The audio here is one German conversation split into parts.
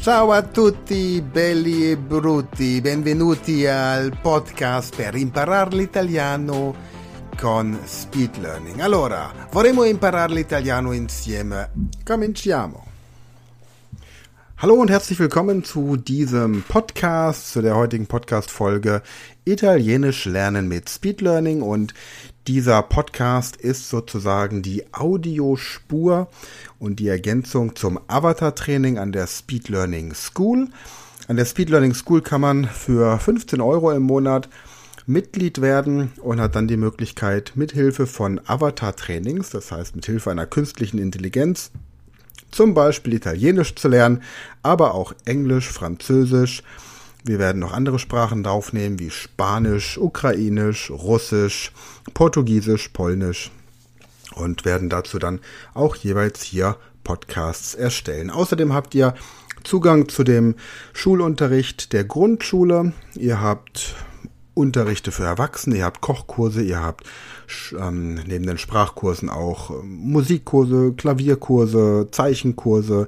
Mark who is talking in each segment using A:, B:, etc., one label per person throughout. A: Ciao a tutti belli e brutti, benvenuti al podcast per imparare l'italiano con Speed Learning. Allora, vorremmo imparare l'italiano insieme. Cominciamo. Hallo und herzlich willkommen zu diesem Podcast, zu der heutigen Podcast-Folge Italienisch lernen mit Speed Learning und dieser Podcast ist sozusagen die Audiospur und die Ergänzung zum Avatar-Training an der Speed Learning School. An der Speed Learning School kann man für 15 Euro im Monat Mitglied werden und hat dann die Möglichkeit, mithilfe von Avatar-Trainings, das heißt mithilfe einer künstlichen Intelligenz, zum Beispiel Italienisch zu lernen, aber auch Englisch, Französisch. Wir werden noch andere Sprachen draufnehmen, wie Spanisch, Ukrainisch, Russisch, Portugiesisch, Polnisch und werden dazu dann auch jeweils hier Podcasts erstellen. Außerdem habt ihr Zugang zu dem Schulunterricht der Grundschule. Ihr habt Unterrichte für Erwachsene, ihr habt Kochkurse, ihr habt ähm, neben den Sprachkursen auch äh, Musikkurse, Klavierkurse, Zeichenkurse,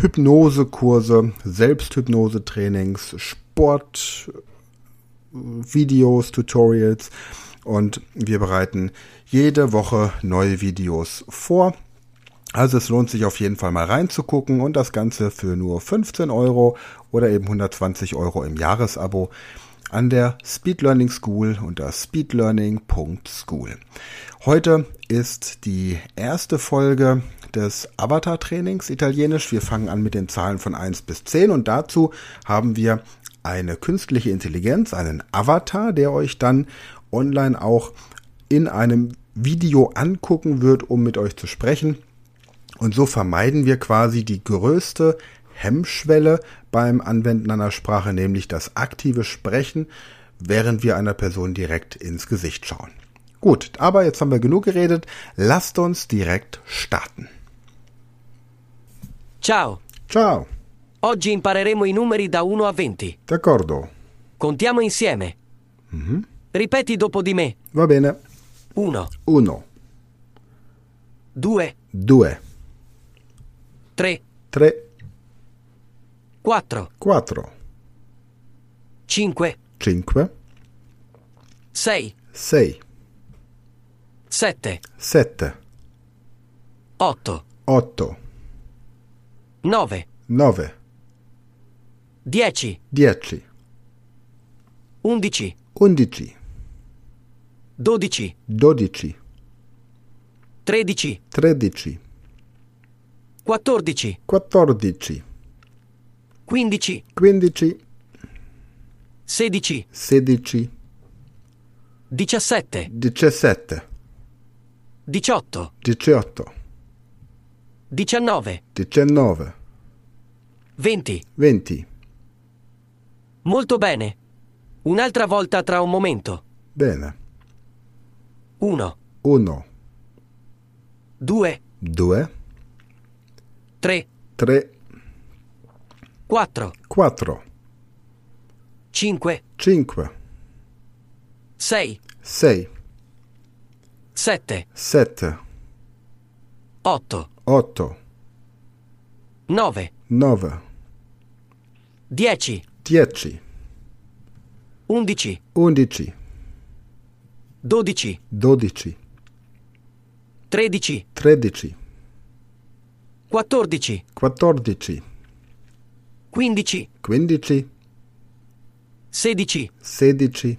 A: Hypnosekurse, Selbsthypnose-Trainings, Sport, Videos, Tutorials und wir bereiten jede Woche neue Videos vor. Also es lohnt sich auf jeden Fall mal reinzugucken und das Ganze für nur 15 Euro oder eben 120 Euro im Jahresabo an der Speed Learning School unter speedlearning.school. Heute ist die erste Folge des Avatar-Trainings Italienisch. Wir fangen an mit den Zahlen von 1 bis 10 und dazu haben wir eine künstliche Intelligenz, einen Avatar, der euch dann online auch in einem Video angucken wird, um mit euch zu sprechen. Und so vermeiden wir quasi die größte Hemmschwelle beim Anwenden einer Sprache, nämlich das aktive Sprechen, während wir einer Person direkt ins Gesicht schauen. Gut, aber jetzt haben wir genug geredet. Lasst uns direkt starten.
B: Ciao,
A: Ciao,
B: oggi impareremo i numeri da 1 a 20.
A: d'accordo.
B: Contiamo insieme. Ripeti dopo di me.
A: Va bene.
B: 1,
A: Uno,
B: 2,
A: due,
B: 3,
A: tre,
B: 4,
A: quattro,
B: 5,
A: cinque,
B: 6,
A: sei,
B: 7,
A: sette,
B: 8,
A: otto,
B: 9,
A: nove,
B: 10,
A: dieci,
B: 11,
A: undici,
B: 12,
A: dodici,
B: 13,
A: tredici,
B: 14,
A: quattordici,
B: 15,
A: quindici,
B: 16,
A: sedici,
B: 17,
A: diciassette,
B: 18,
A: diciotto,
B: 19,
A: diciannove,
B: 20.
A: venti.
B: Molto bene. Un'altra volta tra un momento.
A: Bene.
B: 1,
A: Uno,
B: 2,
A: due,
B: 3,
A: tre,
B: 4,
A: quattro,
B: 5,
A: cinque,
B: 6,
A: sei,
B: 7,
A: sette,
B: 8,
A: otto,
B: 9,
A: nove,
B: 10,
A: dieci,
B: 11,
A: undici,
B: 12,
A: dodici,
B: 13,
A: tredici,
B: 14,
A: quattordici,
B: 15,
A: quindici,
B: 16,
A: sedici,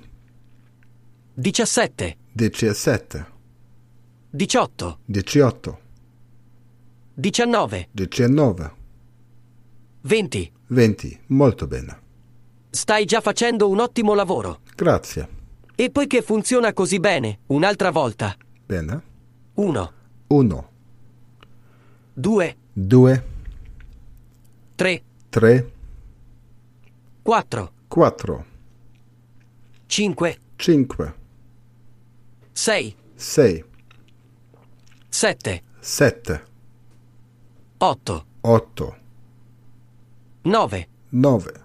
B: 17,
A: diciassette,
B: 18,
A: diciotto,
B: 19,
A: diciannove,
B: 20.
A: venti. Molto bene.
B: Stai già facendo un ottimo lavoro.
A: Grazie.
B: E poiché funziona così bene, un'altra volta.
A: Bene.
B: 1,
A: Uno,
B: 2,
A: due,
B: 3,
A: tre,
B: 4,
A: quattro,
B: 5,
A: cinque,
B: 6,
A: sei,
B: 7,
A: sette,
B: 8,
A: otto,
B: 9,
A: nove,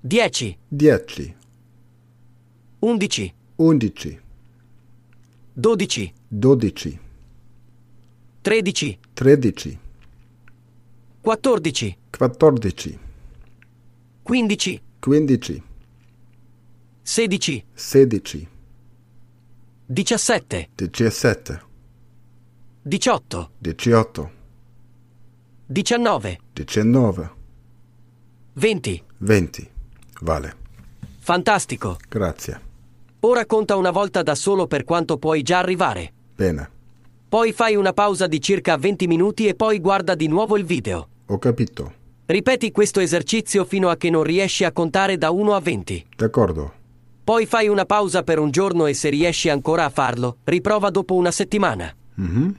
B: 10,
A: dieci,
B: 11,
A: undici,
B: 12,
A: dodici,
B: 13,
A: tredici,
B: 14,
A: 14,
B: 15,
A: 15,
B: 16,
A: 16,
B: 17,
A: 17,
B: 18,
A: 18,
B: 19,
A: 19,
B: 20.
A: 20. Vale,
B: Fantastico.
A: grazie.
B: Ora conta una volta da solo per quanto puoi già arrivare.
A: Bene,
B: Poi fai una pausa di circa 20 minuti e poi guarda di nuovo il video.
A: ho capito.
B: Ripeti questo esercizio fino a che non riesci a contare da 1 a 20.
A: D'accordo,
B: Poi fai una pausa per un giorno e se riesci ancora a farlo, riprova dopo una settimana.
A: Mhm.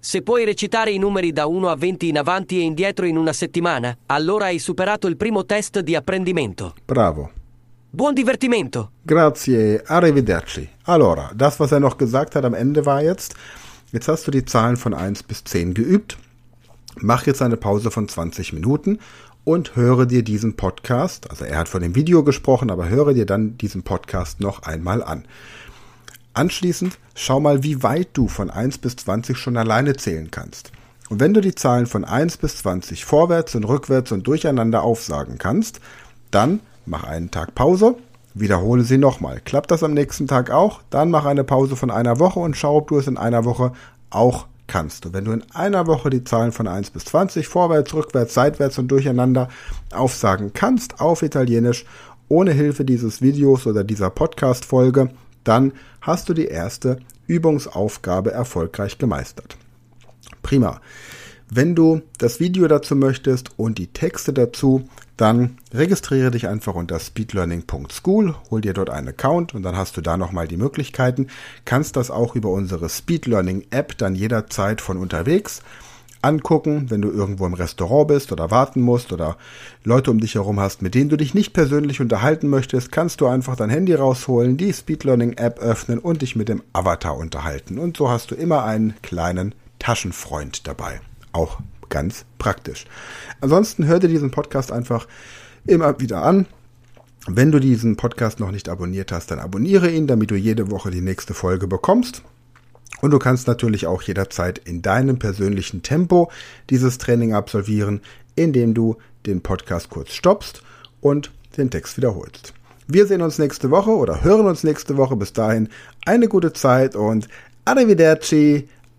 B: Se puoi recitare i numeri da 1 a 20 in avanti e indietro in una settimana, allora hai superato il primo test di apprendimento.
A: bravo.
B: Buon divertimento!
A: Grazie, arrivederci. Allora, das, was er noch gesagt hat am Ende war jetzt, jetzt hast du die Zahlen von 1 bis 10 geübt, mach jetzt eine Pause von 20 Minuten und höre dir diesen Podcast, also er hat von dem Video gesprochen, aber höre dir dann diesen Podcast noch einmal an. Anschließend schau mal, wie weit du von 1 bis 20 schon alleine zählen kannst. Und wenn du die Zahlen von 1 bis 20 vorwärts und rückwärts und durcheinander aufsagen kannst, dann mach einen Tag Pause, wiederhole sie nochmal. Klappt das am nächsten Tag auch? Dann mach eine Pause von einer Woche und schau, ob du es in einer Woche auch kannst. Und wenn du in einer Woche die Zahlen von 1 bis 20 vorwärts, rückwärts, seitwärts und durcheinander aufsagen kannst auf Italienisch ohne Hilfe dieses Videos oder dieser Podcast-Folge, dann hast du die erste Übungsaufgabe erfolgreich gemeistert. Prima. Wenn du das Video dazu möchtest und die Texte dazu, dann registriere dich einfach unter speedlearning.school, hol dir dort einen Account und dann hast du da nochmal die Möglichkeiten. Kannst das auch über unsere Speedlearning App dann jederzeit von unterwegs angucken, wenn du irgendwo im Restaurant bist oder warten musst oder Leute um dich herum hast, mit denen du dich nicht persönlich unterhalten möchtest, kannst du einfach dein Handy rausholen, die Speed Learning App öffnen und dich mit dem Avatar unterhalten. Und so hast du immer einen kleinen Taschenfreund dabei. Auch ganz praktisch. Ansonsten hör dir diesen Podcast einfach immer wieder an. Wenn du diesen Podcast noch nicht abonniert hast, dann abonniere ihn, damit du jede Woche die nächste Folge bekommst. Und du kannst natürlich auch jederzeit in deinem persönlichen Tempo dieses Training absolvieren, indem du den Podcast kurz stoppst und den Text wiederholst. Wir sehen uns nächste Woche oder hören uns nächste Woche. Bis dahin eine gute Zeit und arrivederci,